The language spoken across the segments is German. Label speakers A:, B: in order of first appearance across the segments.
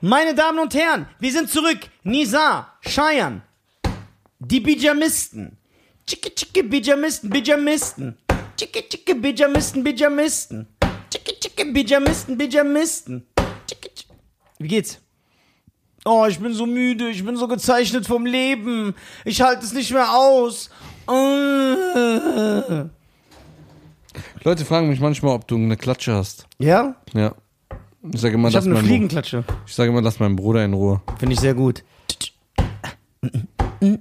A: Meine Damen und Herren, wir sind zurück. Nisa, Cheyenne, die Bijamisten. Chicke, chicke, Bijamisten, Bijamisten. Chicke, chicke, Bijamisten, Bijamisten. Chicke, chicke, Bijamisten, Bijamisten. Chicke, chicke. Wie geht's? Oh, ich bin so müde, ich bin so gezeichnet vom Leben. Ich halte es nicht mehr aus. Äh.
B: Leute fragen mich manchmal, ob du eine Klatsche hast.
A: Ja?
B: Ja. Ich sage immer,
A: Ich
B: lass
A: habe eine
B: meinen Bru-
A: Fliegenklatsche.
B: ich sage immer, lass meinen Bruder in Ruhe.
A: Finde ich sehr gut.
B: Ich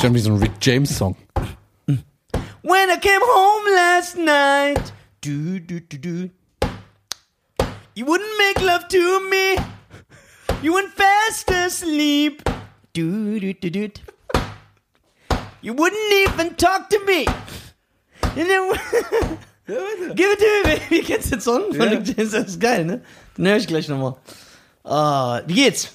B: höre wie so ein Rick James Song.
A: When I came home last night. Do, do, do, do. You wouldn't make love to me. You went fast asleep. Do, do, do, do. You wouldn't even talk to me. And then, Give it to me, baby. Kennst du den Song von
B: Ja.
A: Nick James? Das ist geil, ne? Den höre ich gleich nochmal. Ah, wie geht's?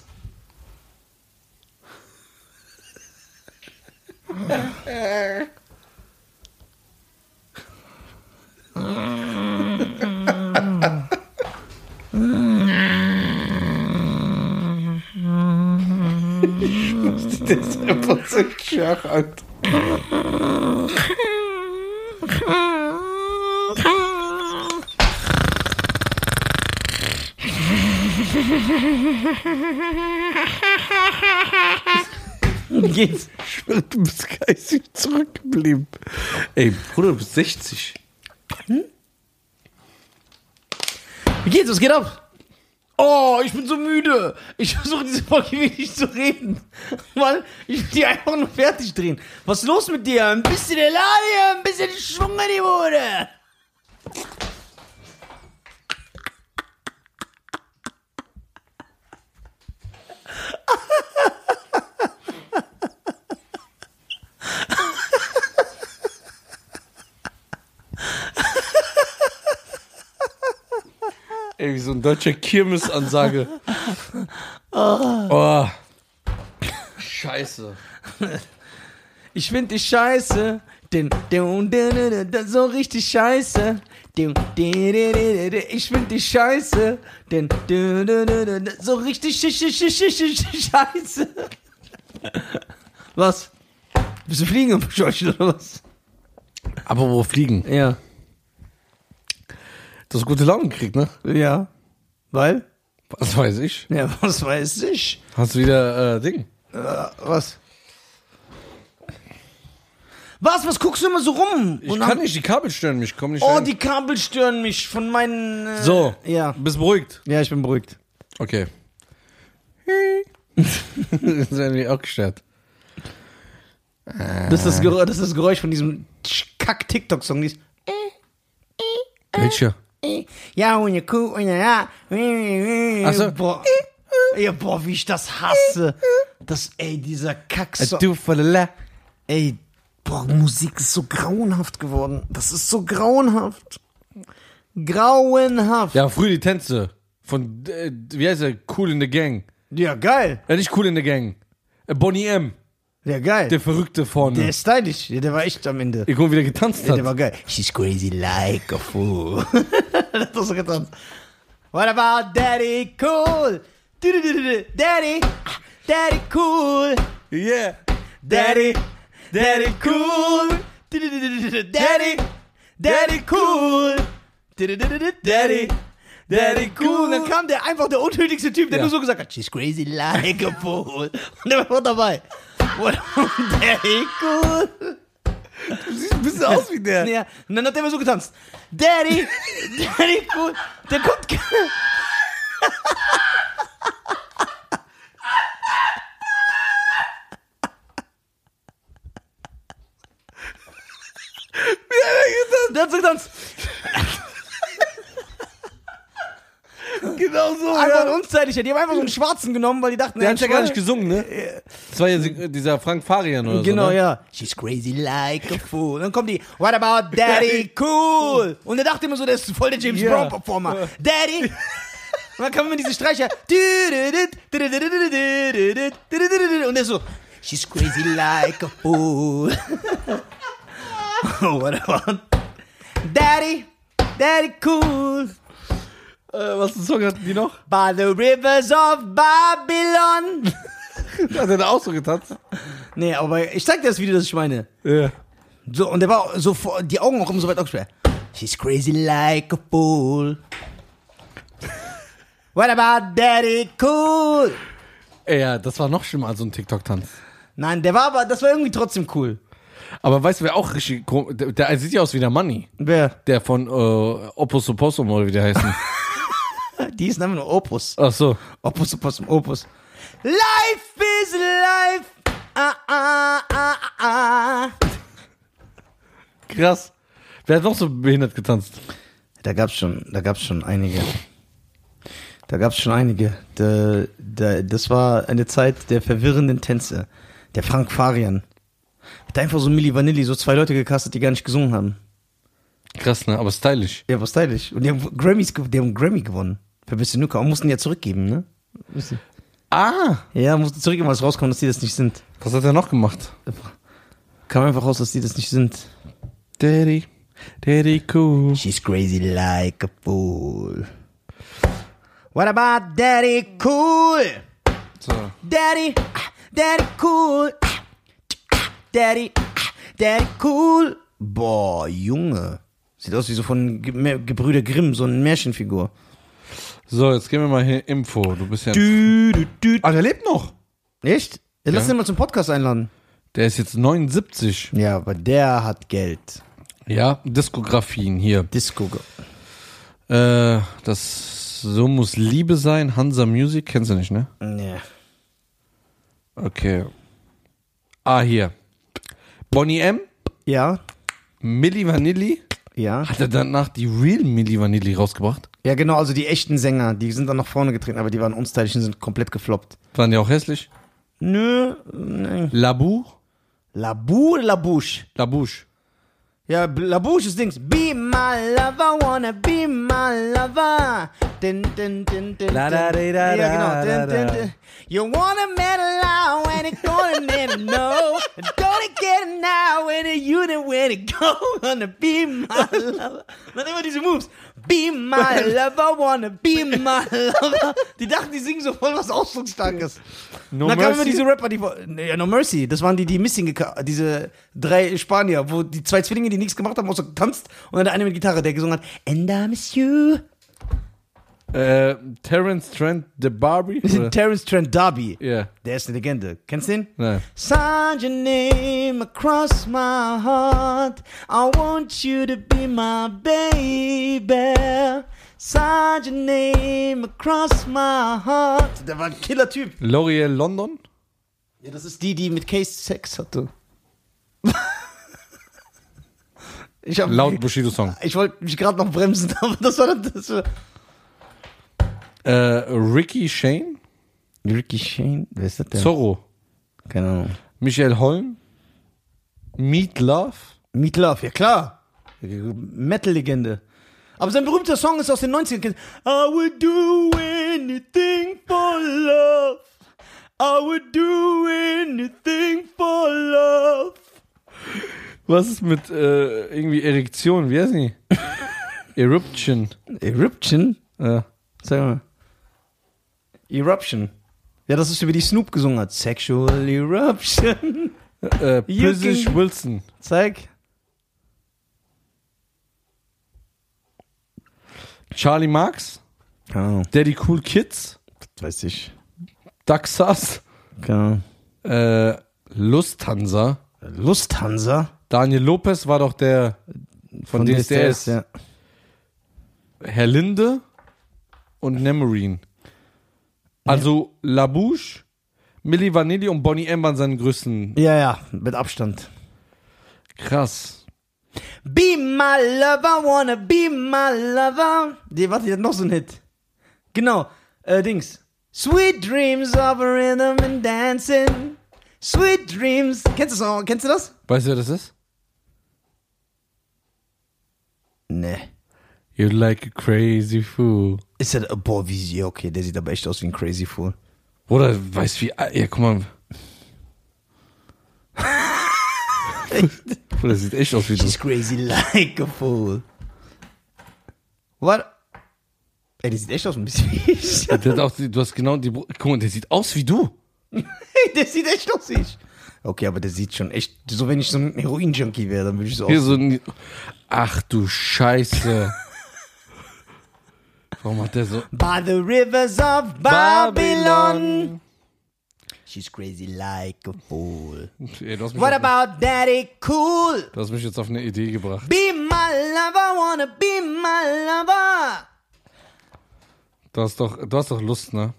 B: Der ist einfach so schach, Alter.
A: Wie geht's?
B: Du bist geistig zurückgeblieben. Ey, Bruder, du bist 60.
A: Wie geht's? Was geht ab? Oh, ich bin so müde. Ich versuche diese Folge wenig zu reden. Weil ich will die einfach nur fertig drehen. Was ist los mit dir? Ein bisschen der Lade, hier, ein bisschen Schwung in die Bude.
B: Ey, wie so ein deutscher Kirmesansage.
A: Ah.
B: Oh. Scheiße.
A: Ich find dich scheiße. Den, den, den, den, den, den, so richtig scheiße. Den, den, den, den, den, den, ich find dich scheiße. Den, den, den, den, den, den, so richtig sch, sch, sch, sch, sch, sch, scheiße. Was? Bist du fliegen am Scheuchen oder was?
B: Aber wo fliegen?
A: Ja.
B: Das ist gute Laune gekriegt, ne?
A: Ja. Weil?
B: Was weiß ich.
A: Ja, was weiß ich?
B: Hast du wieder äh, Ding?
A: Was? Was? Was guckst du immer so rum?
B: Ich
A: Und
B: kann
A: hab-
B: nicht, die Kabel stören mich. Komm nicht
A: oh,
B: rein.
A: die Kabel stören mich von meinen. Äh,
B: So.
A: Ja.
B: Bist beruhigt.
A: Ja, ich bin beruhigt.
B: Okay. das ist irgendwie auch gestört.
A: Das ist
B: Äh.
A: das Geräusch, das, ist das Geräusch von diesem Kack-TikTok-Song. dieses-
B: Äh.
A: Äh,
B: Welcher?
A: Ja, und ihr guckt und ja. ja.
B: Ach so.
A: Boah. Ja, boah, wie ich das hasse. Das, ey, dieser Kack-Song.
B: Äh, Du for the la.
A: Ey, boah, Musik ist so grauenhaft geworden. Das ist so grauenhaft. Grauenhaft. Ja,
B: Ja, früher die Tänze. Von, äh, wie heißt er? Cool in the Gang.
A: geil.
B: Ja, nicht Cool in the Gang. Äh, Bonnie M.
A: Ja, geil. Der,
B: Der Verrückte vorne.
A: ist stylisch. Ja, der war echt am Ende.
B: ich guck, wie der getanzt
A: Ja, der
B: hat.
A: war geil. She's crazy like a fool. das hast du getanzt. What about Daddy Cool? Du, du, du, du, du. Daddy, ah, Daddy Cool.
B: Yeah.
A: Daddy, Daddy Cool. Du, du, du, du, du, du. Daddy, Daddy Cool. Du, du, du, du, du. Daddy, Daddy Cool. Und dann kam der einfach der unnötigste Typ, der
B: Ja.
A: nur so gesagt hat, she's crazy like a fool. Und der war auch dabei. What about Daddy Cool.
B: Du siehst ein bisschen aus wie der.
A: Ja, und dann hat er immer so getanzt. Daddy, Daddy, cool. Der kommt. ge- Der hat so getanzt.
B: Genau so.
A: Einfach
B: ja.
A: ein unzeitlicher. Die haben einfach so einen Schwarzen genommen, weil die dachten,
B: Der
A: ey,
B: hat ja gar nicht gesungen, ne? Das war ja dieser Frank Farian oder
A: Genau,
B: so. ne?
A: ja. She's crazy like a fool. Und dann kommt die, what about Daddy Cool? Und er dachte immer so, der ist voll der James
B: Ja.
A: Brown Performer. Daddy! Und dann kamen immer diese Streicher. Und er so, she's crazy like a fool. what about Daddy? Daddy Cool.
B: Äh, was für einen Song hatten die noch?
A: By the rivers of Babylon.
B: Hat er da auch so getanzt?
A: Nee, aber ich zeig dir das Video, das ich meine.
B: Ja.
A: So, und der war so, vor- die Augen auch immer so weit aufgesperrt. She's crazy like a fool. What about daddy cool?
B: Ey, ja, das war noch schlimmer als so ein TikTok-Tanz.
A: Nein, der war aber, das war irgendwie trotzdem cool. Aber
B: Aber weißt du, wer auch richtig komisch... Der, der sieht ja aus wie der Money.
A: wer?
B: Der von äh, Opus Opossum oder wie der heißt.
A: Die ist einfach nur Opus.
B: Ach so.
A: Opus, Opus, Opus. Life is life. Ah, ah, ah, ah.
B: Krass. Wer hat noch so behindert getanzt?
A: Da gab's schon, da gab's schon einige. Da gab's schon einige. Da, da, das war eine Zeit der verwirrenden Tänze. Der Frank Farian. Hat einfach so Milli Vanilli, so zwei Leute gecastet, die gar nicht gesungen haben.
B: Krass, ne? Aber stylisch.
A: Ja, was stylisch. Und die haben Grammys, gew- die haben einen Grammy gewonnen. Für Beste Nuka. Und mussten ja zurückgeben, ne?
B: Ah!
A: Ja, mussten zurückgeben, weil es rauskommt, dass die das nicht sind.
B: Was hat er noch gemacht?
A: Kam einfach raus, dass die das nicht sind.
B: Daddy. Daddy cool.
A: She's crazy like a fool. What about Daddy Cool?
B: So.
A: Daddy, ah, Daddy cool. ah, ah, Daddy, ah, Daddy cool. Boah, Junge. Sieht aus wie so von Ge- Mer- Gebrüder Grimm, so eine Märchenfigur.
B: so, jetzt gehen wir mal hier Info. Du bist ja.
A: Du, du, du.
B: Ah, der lebt noch!
A: Echt? Ja, lass
B: Ja.
A: den mal zum Podcast einladen.
B: Der ist jetzt 79.
A: Ja, aber der hat Geld.
B: Ja, Diskografien hier.
A: Disco.
B: Äh, das So muss Liebe sein, Hansa Music, kennst du nicht, ne?
A: Nee.
B: Okay. Ah, hier. Bonnie M,
A: Ja,
B: Milli Vanilli.
A: ja.
B: Hat er danach die Real Milli Vanilli rausgebracht?
A: Ja, genau, also die echten Sänger, die sind dann nach vorne getreten, aber die waren unstylisch und sind komplett gefloppt.
B: Waren die auch hässlich?
A: Nö, nein.
B: Labu?
A: Labu, Labouche.
B: Labouche.
A: Ja, B- Labouche ist Dings. Be my lover, wanna be my lover. Din, din, din, din,
B: La, da, di, da,
A: din. ja, genau.
B: da, da,
A: Din, din,
B: da.
A: din. You wanna meddle out when it gonna need no. Don't get it now when it you know when it go. Wanna be my lover. Man immer diese Moves. Be my lover, wanna be my lover. Die dachten, die singen so voll was Ausdrucksstarkes.
B: No
A: Und dann kamen immer
B: Mercy?
A: diese Rapper, die. wo- Nee, Ja, No Mercy. Das waren die, die Missing, geka- diese drei Spanier, wo die zwei Zwillinge, die nichts gemacht haben, außer getanzt. Und dann der eine mit Gitarre, der gesungen hat: And I miss you.
B: Äh, Terence Trent the Barbie? Oder?
A: Terence Trent D'Arby.
B: Ja.
A: Der ist eine Legende. Kennst du den?
B: Nein.
A: Sign your name across my heart. I want you to be my baby. Sign your name across my heart. Der war ein killer Typ.
B: L'Oreal London?
A: Ja, das ist die, die mit Case Sex hatte. ich hab,
B: Laut Bushido Song.
A: Ich wollte mich gerade noch bremsen, aber das war dann das. War
B: Äh, Ricky Shane?
A: Ricky Shane? Wer ist das denn?
B: Zorro?
A: Keine Ahnung.
B: Michael Holm? Meat Love?
A: Meat Love, ja klar. Metal-Legende. Aber sein berühmter Song ist aus den 90ern. I would do anything for love. I would do anything for love.
B: Was ist mit äh, irgendwie Erektion? Wie heißt die? Eruption.
A: Eruption?
B: Äh,
A: Sag mal. Eruption. Ja, das ist über die Snoop gesungen hat. Sexual Eruption.
B: äh,
A: You
B: Prisish
A: can-
B: Wilson.
A: Zeig.
B: Charlie Marx?
A: Genau,
B: Daddy Cool Kids?
A: weiß ich.
B: Daxas?
A: Genau.
B: Äh, Lufthansa?
A: Lusthansa.
B: Daniel Lopez war doch der von, DSDS.
A: ja.
B: Herr Linde und Nemarine. Also Labouche, Milli Vanilli und Bonnie M waren seine größten.
A: ja, ja, mit Abstand.
B: Krass.
A: Be my lover, wanna be my lover. Die, warte, die hat noch so einen Hit. Genau, äh, Dings. Sweet dreams of rhythm and dancing. Sweet dreams. Kennst du das? auch? Kennst du das?
B: Weißt du, wer das ist?
A: Nee.
B: You're like a crazy fool.
A: Ist er, boah, wie, ja, okay, der sieht aber echt aus wie ein Crazy Fool.
B: Oder weißt wie. ah, Ja, guck mal. Bruder, das sieht echt aus wie du.
A: She's crazy like a fool. What? Ey, die sieht echt aus ein bisschen wie ich.
B: Der hat auch, die- du hast genau die. Bru- Guck mal, der sieht aus wie du.
A: der sieht echt aus wie ich. Okay, aber der sieht schon echt, so wenn ich so ein Heroin-Junkie wäre, dann würde ich so
B: Hier
A: aus.
B: so ein. Ach du Scheiße. Warum hat der so.
A: By the rivers of Babylon, she's crazy like a fool.
B: Ey, du, hast mich
A: What
B: auf,
A: about daddy cool?
B: du hast mich jetzt auf eine Idee gebracht.
A: Be my lover, wanna be my lover.
B: Du hast doch, du hast doch Lust, ne?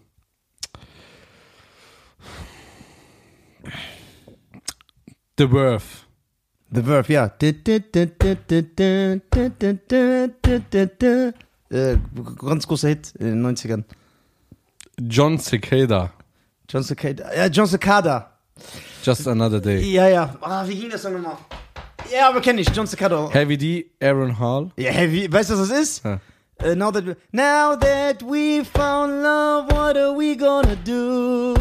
B: The Birth.
A: The Verb, ja. Äh, ganz großer Hit in den 90ern.
B: John Cicada.
A: John Cicada. Ja, John Cicada.
B: Just Another Day.
A: Ja, ja. Ah, wie ging das denn nochmal? Ja, aber kenne ich. John Cicada.
B: Heavy D, Aaron Hall.
A: Ja, hä, wie, weißt du, was das ist?
B: Ja.
A: Äh, now, that we, now that we found love, what are we gonna do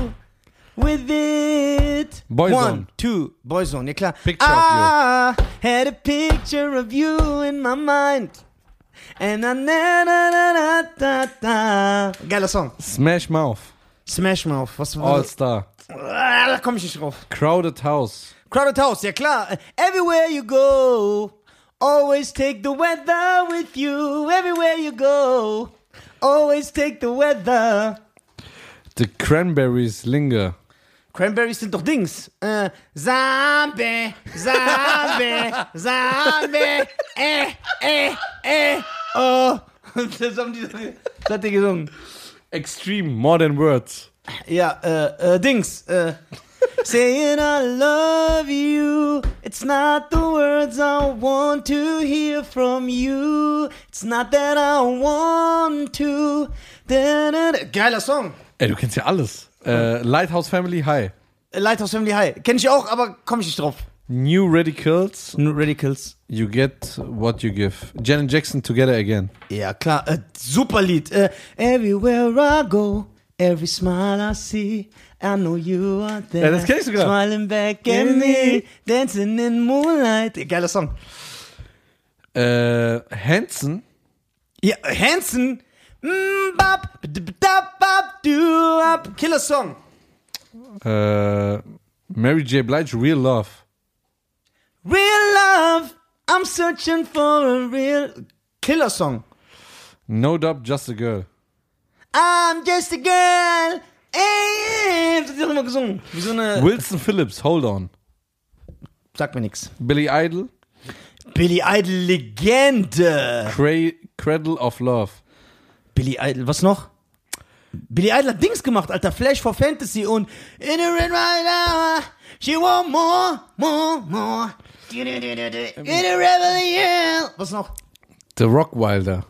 A: with it?
B: Boyzone.
A: One, two, Boyzone, ja klar.
B: Picture of
A: I had a picture of you in my mind. And I na na na na da da. Geiler Song.
B: Smash Mouth.
A: Smash Mouth. Was war
B: All
A: das?
B: Star.
A: Ah, da komm ich nicht drauf.
B: Crowded House.
A: Crowded House, ja klar. Everywhere you go, always take the weather with you. Everywhere you go, always take the weather.
B: The Cranberries Linger.
A: Cranberries sind doch Dings. Äh, Zambe, Zambe, Zambe, äh, äh, äh, oh. Das haben die, das hat die gesungen.
B: Extreme Modern Words.
A: Ja, äh, äh, Dings, äh. Saying I love you, it's not the words I want to hear from you, it's not that I want to. Da, da, da. Geiler Song.
B: Ey, du kennst ja alles. Äh, Lighthouse Family High.
A: Lighthouse Family High. Kenn ich auch, aber komm ich nicht drauf.
B: New Radicals.
A: Radicals.
B: You get what you give. Janet Jackson Together Again.
A: Ja, klar, äh, super Lied. Äh, everywhere I go, every smile I see, I know you are there.
B: Ja, das kennst du sogar.
A: Smiling back at me, dancing in moonlight. Geiler Song.
B: Äh, Hanson.
A: Ja, Hanson. Mm, bap, bdip, dap, bap, du, bap. Killer Song.
B: Äh, Mary J. Blige Real Love.
A: Real love. I'm searching for a real Killer Song.
B: No Dub Just a Girl.
A: I'm just a girl. Ey, ey. Das hat sie auch immer gesungen. Wie so eine.
B: Wilson Phillips Hold On.
A: Sag mir nix.
B: Billy Idol.
A: Billy Idol Legende.
B: Cra Cradle of Love.
A: Billy Idol, was noch? Billy Idol hat Dings gemacht, Alter. Flash for Fantasy und In a Red Right Hour. She want more, more, more. Du, du, du, du, du. In a Rebellion. Was noch?
B: The Rockwilder.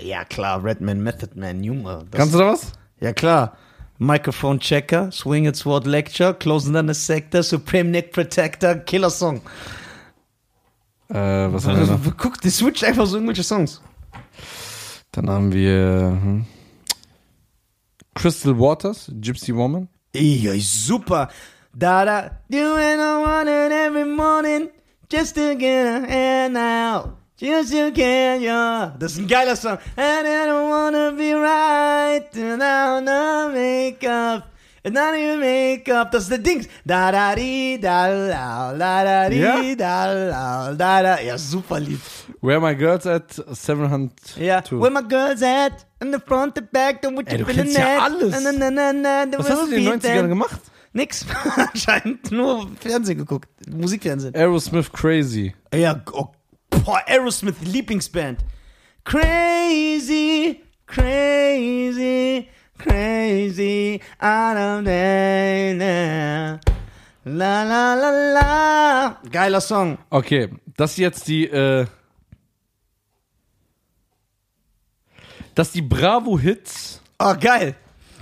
A: Ja, klar, Redman, Method Man, Junge. Das-
B: Kannst du da was?
A: ja, klar. Microphone Checker, Swing It Sword Lecture, Closing Down the Sector, Supreme Neck Protector, Killer Song.
B: Äh, was haben wir noch?
A: Guck, die switcht einfach so irgendwelche Songs.
B: Dann haben wir hm. Crystal Waters, Gypsy Woman.
A: Ey, ey, super. Da, da. You and I want it every morning, just to get a hand out. Just to get your... Das ist ein geiler Song. And I don't wanna be right without no makeup. And not even makeup. Das ist der Dings. Da, da, di, da, la, da, da, di,
B: Ja?
A: da, la, da, da. Ja, super Lied.
B: Where My Girls at 700.
A: Ja. Where my girls at? In the front, the back, don't what
B: Ey,
A: you
B: du
A: feeling
B: kennst ja
A: at?
B: alles.
A: Na, na, na, na, na,
B: Was hast du in den 90ern gemacht?
A: Nix. Anscheinend nur Fernsehen geguckt. Musikfernsehen.
B: Aerosmith Crazy.
A: Ja, oh, boah, Aerosmith, Lieblingsband. Crazy, crazy, crazy, out of there. La la la la. Geiler Song.
B: Okay, das ist jetzt die. Äh, das ist die Bravo Hits.
A: Oh, geil.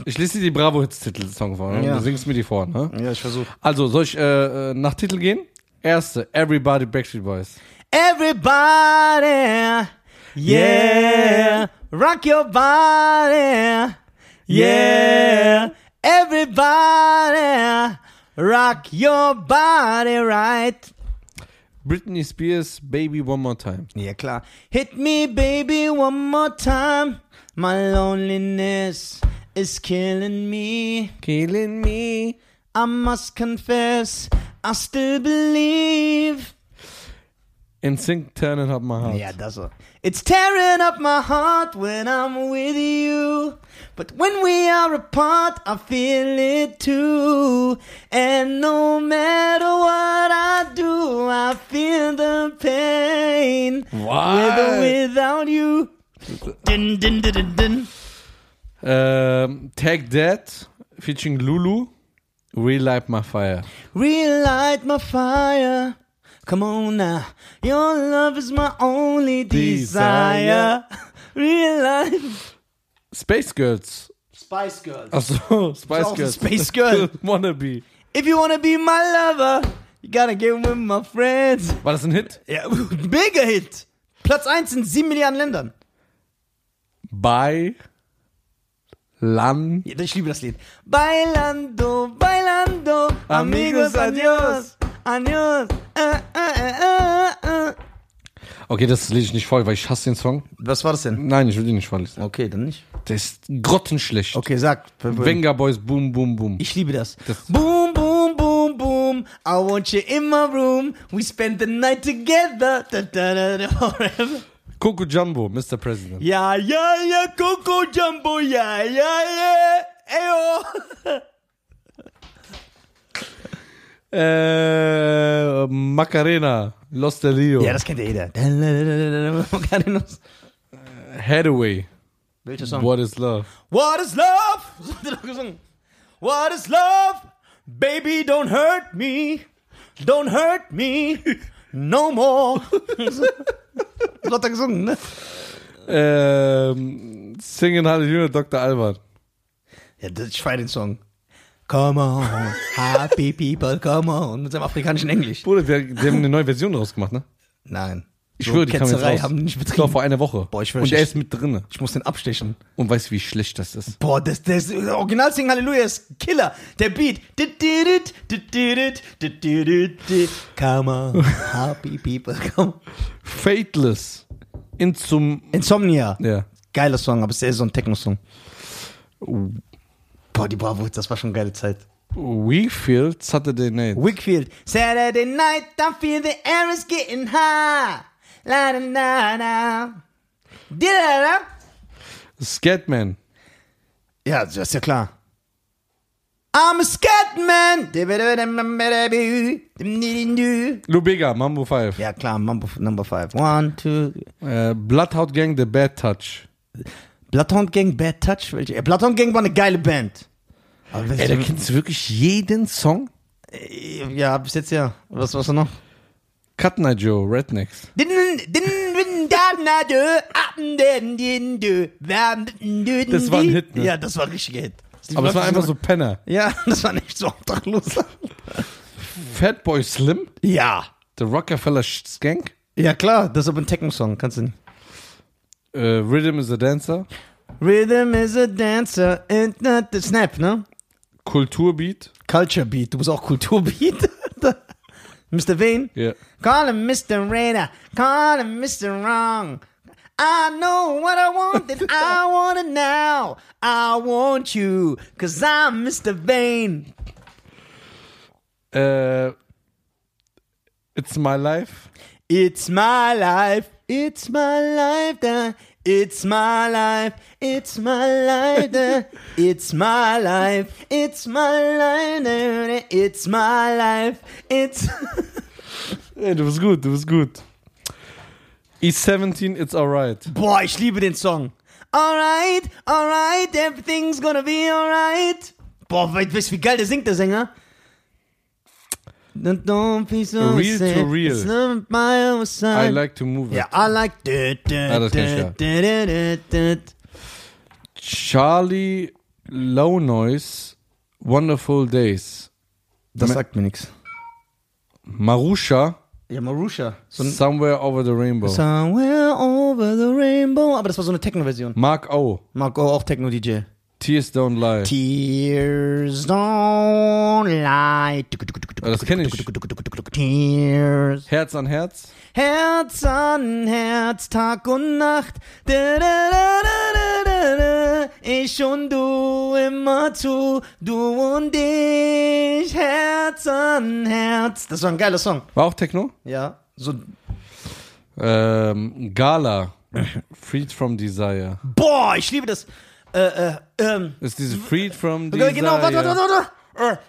B: Ich lese dir die Bravo Hits Titelsong vor. Ne?
A: Ja.
B: Du singst mir die vor. Ne?
A: Ja, ich versuch.
B: Also, soll ich äh, äh, nach Titel gehen? Erste, Everybody Backstreet Boys.
A: Everybody, yeah, rock your body, yeah. Everybody, rock your body right.
B: Britney Spears, Baby One More Time.
A: Ja, klar. Hit me, baby, one more time. My loneliness is killing me.
B: Killing me.
A: I must confess, I still believe.
B: In Sync, Turn It Up My Heart.
A: Ja, das so. It's tearing up my heart when I'm with you. But when we are apart, I feel it too. And no matter what I do, I feel the pain. With or without you. Dun, dun, dun, dun, dun.
B: Ähm, Tag Dad, featuring Lulu, Relight My Fire.
A: Relight my fire. Come on now. Your love is my only desire.
B: Desire.
A: Relight.
B: Space Girls.
A: Spice Girls.
B: Achso, Spice
A: auch
B: Girls.
A: Space Girl.
B: Wannabe.
A: If you wanna be my lover, you gotta get with my friends.
B: War das ein Hit?
A: Ja, mega Hit. Platz 1 in 7 Milliarden Ländern.
B: By Lan.
A: Ja, ich liebe das Lied. Bailando, bailando, amigos,
B: Amigos,
A: adios, adios. Äh, äh, äh, äh.
B: Okay, das lese ich nicht vor, weil ich hasse den Song.
A: Was war das denn?
B: Nein, ich will den nicht vorlesen.
A: Okay, dann nicht.
B: Der ist grottenschlecht.
A: Okay, sag.
B: Venga Boys, Boom, Boom, Boom.
A: Ich liebe das.
B: Das-
A: Boom, boom, boom, boom. I want you in my room. We spend the night together. Da, da, da, da, forever.
B: Coco Jumbo, Mr. President.
A: Ja, ja, ja, Coco Jumbo, ja, ja, ja. Eyo.
B: Äh, Macarena, Los de Leo,
A: Ja, das kennt ja jeder. Da, da, da, da, da, da, da, keine Lust.
B: Hathaway,
A: Welcher Song? What,
B: What is Love.
A: is love? So hat er doch gesungen. What is love? Baby, don't hurt me. Don't hurt me. No more. so hat er gesungen, ne?
B: Ähm, Singing Hallelujah, Dr. Alban.
A: Ja, das, ich feier den Song. Come on, happy people, come on. Mit seinem afrikanischen Englisch.
B: Bruder, wir, die haben eine neue Version rausgemacht, ne?
A: Nein.
B: Ich schwöre, die kam jetzt
A: Ketzerei
B: raus.
A: haben die nicht
B: Das war
A: betrieben.
B: vor einer Woche.
A: Boah, ich schwöre,
B: Und er
A: ich-
B: ist mit drinne.
A: Ich muss den abstechen.
B: Und weißt, wie schlecht das ist.
A: Boah, das, das Originalsing Halleluja ist Killer. Der Beat. Dit, dit, dit, dit, dit, dit, dit, dit. Come on, happy people, come on.
B: Fateless. In zum...
A: Insomnia.
B: Ja.
A: Geiler Song, aber es ist so ein Techno-Song. Boah, die Bravo, das war schon eine geile Zeit.
B: We Feel Saturday Night.
A: Wickfield. Saturday night, I feel the air is getting high. La da da da. Di da da.
B: Scatman.
A: Ja, das ist ja klar. I'm a Scatman. Di ba da da da da da da. Dim di din du.
B: Lubega, Mambo 5.
A: Ja, klar, Mambo Number 5. One, two.
B: Äh, Bloodhound Gang, The Bad Touch.
A: Platon Gang, Bad Touch. Welche? Äh, Platon Gang war eine geile Band. Aber
B: Ey, da kennst du wirklich jeden Song?
A: äh, ja, bis jetzt ja. Was war's noch?
B: Cut Night Joe, Rednecks.
A: Din, din, din, da, na, dö, ab, din, din, dö, wam, din, dö, din,
B: Das war ein
A: di.
B: Hit, ne?
A: Ja, das war ein richtiger Hit.
B: Aber es war einfach so Penner.
A: Ja, das war nicht so obdachlos.
B: Fatboy Slim,
A: ja.
B: The Rockefeller Skank,
A: Ja, klar, das ist aber ein Techno-Song, kannst du nicht.
B: äh, Rhythm is a Dancer,
A: Rhythm is a dancer, and not the snap, ne?
B: Kulturbeat.
A: Culture Beat, du bist auch Kulturbeat. Mr. Wayne?
B: Ja.
A: Call him Mr. Rainer, call him Mr. Wrong. I know what I want and I want it now. I want you, cause I'm Mr. Vain.
B: Äh, It's My Life,
A: It's my life, it's my life, da. it's my life, it's my life, da. it's my life, it's my life, da. it's my life, it's.
B: Ey, du bist gut, du bist gut. E17, It's Alright.
A: Boah, ich liebe den Song. Alright, alright, everything's gonna be alright. Boah, we- weißt du, wie geil der singt, der Sänger? Don't, don't be so
B: Real
A: sad.
B: to real.
A: It's not my own side.
B: I Like to Move It.
A: Ja, I like. Du, du,
B: Ah, das kenn ich, ja. Charlie Low Noise, Wonderful Days.
A: Das sagt mir nichts.
B: Marusha,
A: Ja, Marusha. So ein
B: Somewhere Over the Rainbow.
A: Somewhere over the rainbow. Aber das war so eine Techno-Version.
B: Mark O,
A: Marco, auch Techno-DJ.
B: Tears Don't Lie.
A: Tears don't lie.
B: Aber das kenn ich.
A: Tears.
B: Herz an Herz.
A: Herz an Herz, Tag und Nacht. Da, da, da, da, da, da, da. Ich und du immer zu, du und ich. Herz an Herz. Das war ein geiler Song.
B: War auch Techno?
A: Ja. So,
B: Ähm, Gala. Freed from Desire.
A: boah, ich liebe das. Äh, äh, ähm.
B: Ist diese Freed from Desire.
A: Genau, warte, warte, warte. warte.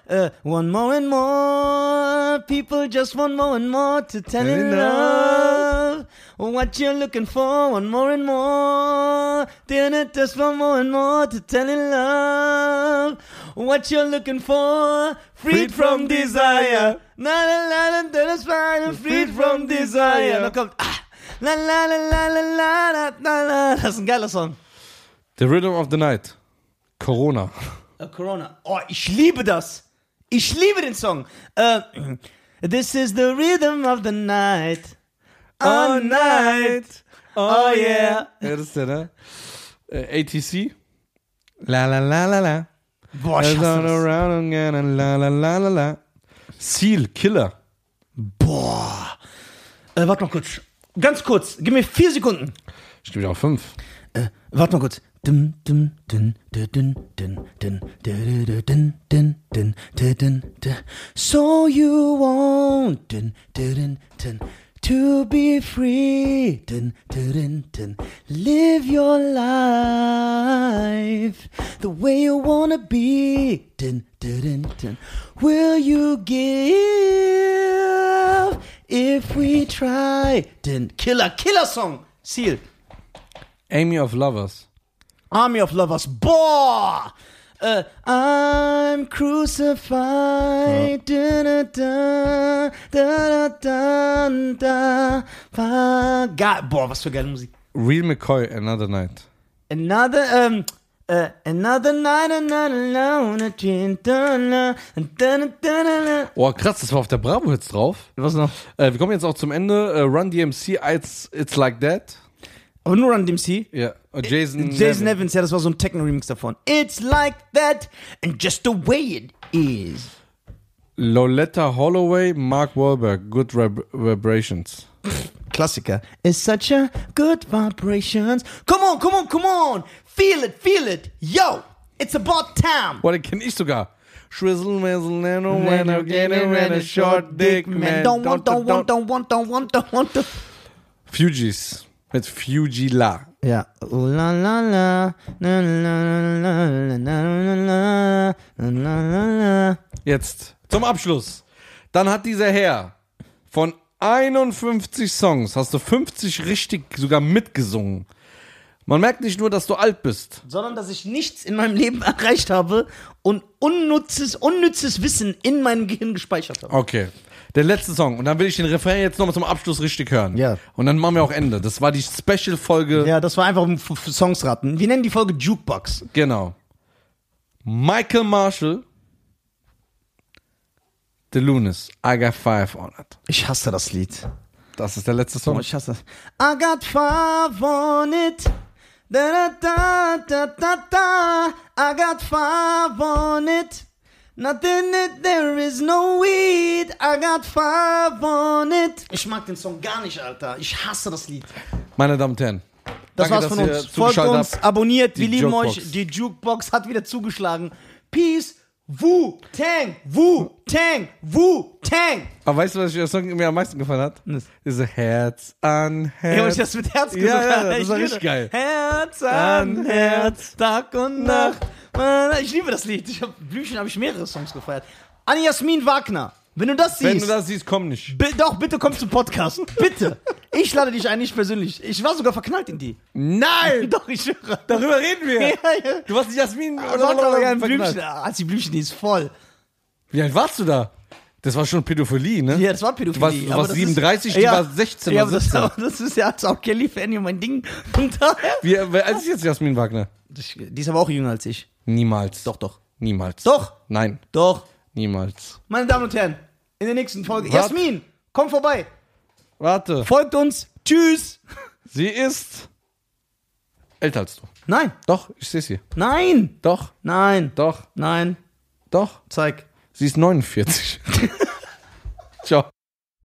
A: Äh, äh, one more and more people, just one more and more to tell in love what you're looking for. One more and more, then it just one more and more to tell in love what you're looking for. Freed from desire, na na na na, that is fine. Freed from desire. Und dann kommt ah, la la la la la la la la la. Das ist ein geiler Song.
B: The Rhythm of the Night. Corona.
A: Äh, Corona. Oh, ich liebe das. Ich liebe den Song. Äh, this is the rhythm of the night. All night. Oh yeah.
B: Ja, das ist der, ne? Äh, ATC. La la la la la.
A: Boah, ich hasse das.
B: er Around again and la la la la la. Seal, Killer.
A: Boah. Äh, warte mal kurz. Ganz kurz. Gib mir vier Sekunden.
B: Ich gebe dir auch fünf.
A: Äh, warte mal kurz. Dun, dun, dun, dun, dun, dun, dun, dun, dun, dun, dun, dun, dun, dun, dun. So you want dun, dun, dun, dun, to be free. Dun, dun, dun, dun. Live your life the way you wanna be. Dun, dun, dun, dun. Will you give if we try? Dun. Killer, killer Song. Seal.
B: Amy of Lovers.
A: Army of Lovers. Boah! Äh, I'm
B: Oh.
A: crucified. Da, da, da, da, da, da, da, da. Boah, was für geile Musik.
B: Real McCoy, Another Night.
A: Another, ähm, äh, another night, another alone, a dream, da, da, da, da, da, da.
B: Oh, krass, das war auf der Bravo jetzt drauf.
A: Was noch?
B: Äh, wir kommen jetzt auch zum Ende. Äh, Run DMC, It's, it's Like That.
A: Aber nur Run DMC.
B: Ja. Äh, Jason.
A: Jason
B: Nevin.
A: Evans, ja, das war so ein Techno-Remix davon. It's like that and just the way it is.
B: Loletta Holloway, Mark Wahlberg. Good Vib- Vibrations.
A: Klassiker. It's such a good vibrations. Come on, come on, come on. Feel it, feel it. Yo, it's about time.
B: Boah, den kenne ich sogar. Shrizzle, mizzle, nano,
A: Man,
B: nano, nano, nano, short dick man.
A: Don't want, don't want, don't want, don't want, don't want. don't-
B: Fugees. Mit Fugila.
A: Ja. Oh la la la. Na, na, na, na, na, na, na, na, na, na, na.
B: Jetzt zum Abschluss. Dann hat dieser Herr von 51 Songs, hast du 50 richtig sogar mitgesungen. Man merkt nicht nur, dass du alt bist.
A: Sondern, dass ich nichts in meinem Leben erreicht habe und unnützes, unnützes Wissen in meinem Gehirn gespeichert habe.
B: Okay. Der letzte Song. Und dann will ich den Refrain jetzt nochmal zum Abschluss richtig hören.
A: Ja.
B: Und dann machen wir auch Ende. Das war die Special-Folge.
A: Ja, das war einfach um F- F- Songs raten. Wir nennen die Folge Jukebox.
B: Genau. Michael Marshall. The Lunas. I got five on it.
A: Ich hasse das Lied.
B: Das ist der letzte Song.
A: Oh, ich hasse das. I got five on it. Da, da, da, da, da, da. I got five on it. Nothing it, there is no weed. I got five on it. Ich mag den Song gar nicht, Alter. Ich hasse das Lied.
B: Meine Damen und Herren.
A: Das
B: danke,
A: war's
B: dass
A: von
B: ihr
A: uns. Folgt
B: zugeschaltet
A: uns,
B: habt.
A: abonniert. Wir
B: Die
A: lieben
B: Jukebox.
A: euch. Die Jukebox hat wieder zugeschlagen. Peace. Wu Tang, Wu Tang, Wu Tang.
B: Aber weißt du, was der Song mir am meisten gefallen hat?
A: Was?
B: Diese Herz an
A: Ja, weil ich
B: Herz.
A: das mit Herz
B: Ja,
A: gesagt
B: ja,
A: habe.
B: das
A: Ich
B: war
A: liebe
B: richtig geil.
A: Herz an Herz, Tag und Nacht. Ich liebe das Lied. Ich hab, Blümchen habe ich mehrere Songs gefeiert. An Jasmin Wagner, wenn du das
B: Wenn
A: siehst,
B: du das siehst, komm nicht.
A: bi doch, bitte komm zum Podcast. Bitte. Ich lade dich ein, nicht persönlich. Ich war sogar verknallt in die.
B: Nein!
A: Doch, ich höre.
B: Darüber reden wir!
A: Ja,
B: Du warst nicht Jasmin.
A: ja. Blümchen,
B: verknallt.
A: ah, als die Blümchen, die ist voll.
B: Wie alt warst du da? Das war schon Pädophilie, ne?
A: Ja, das war Pädophilie.
B: warst- du
A: aber
B: warst
A: das
B: 37, die war 16
A: ja,
B: oder
A: aber
B: 17.
A: Das, aber das ist ja als auch Kelly Fan und mein Ding. Und daher.
B: Wie, wer alt ist jetzt Jasmin Wagner?
A: Die ist aber auch jünger als ich.
B: Niemals.
A: Doch, doch.
B: Niemals.
A: Doch.
B: Nein,
A: Doch.
B: niemals.
A: Meine Damen und Herren, in der nächsten Folge.
B: Was?
A: Jasmin, komm vorbei.
B: Warte.
A: Folgt uns. Tschüss.
B: Sie ist Älter als du.
A: Nein,
B: Doch, ich sehe sie.
A: nein,
B: Doch,
A: nein,
B: doch,
A: nein,
B: doch.
A: zeig.
B: Sie ist 49. Ciao.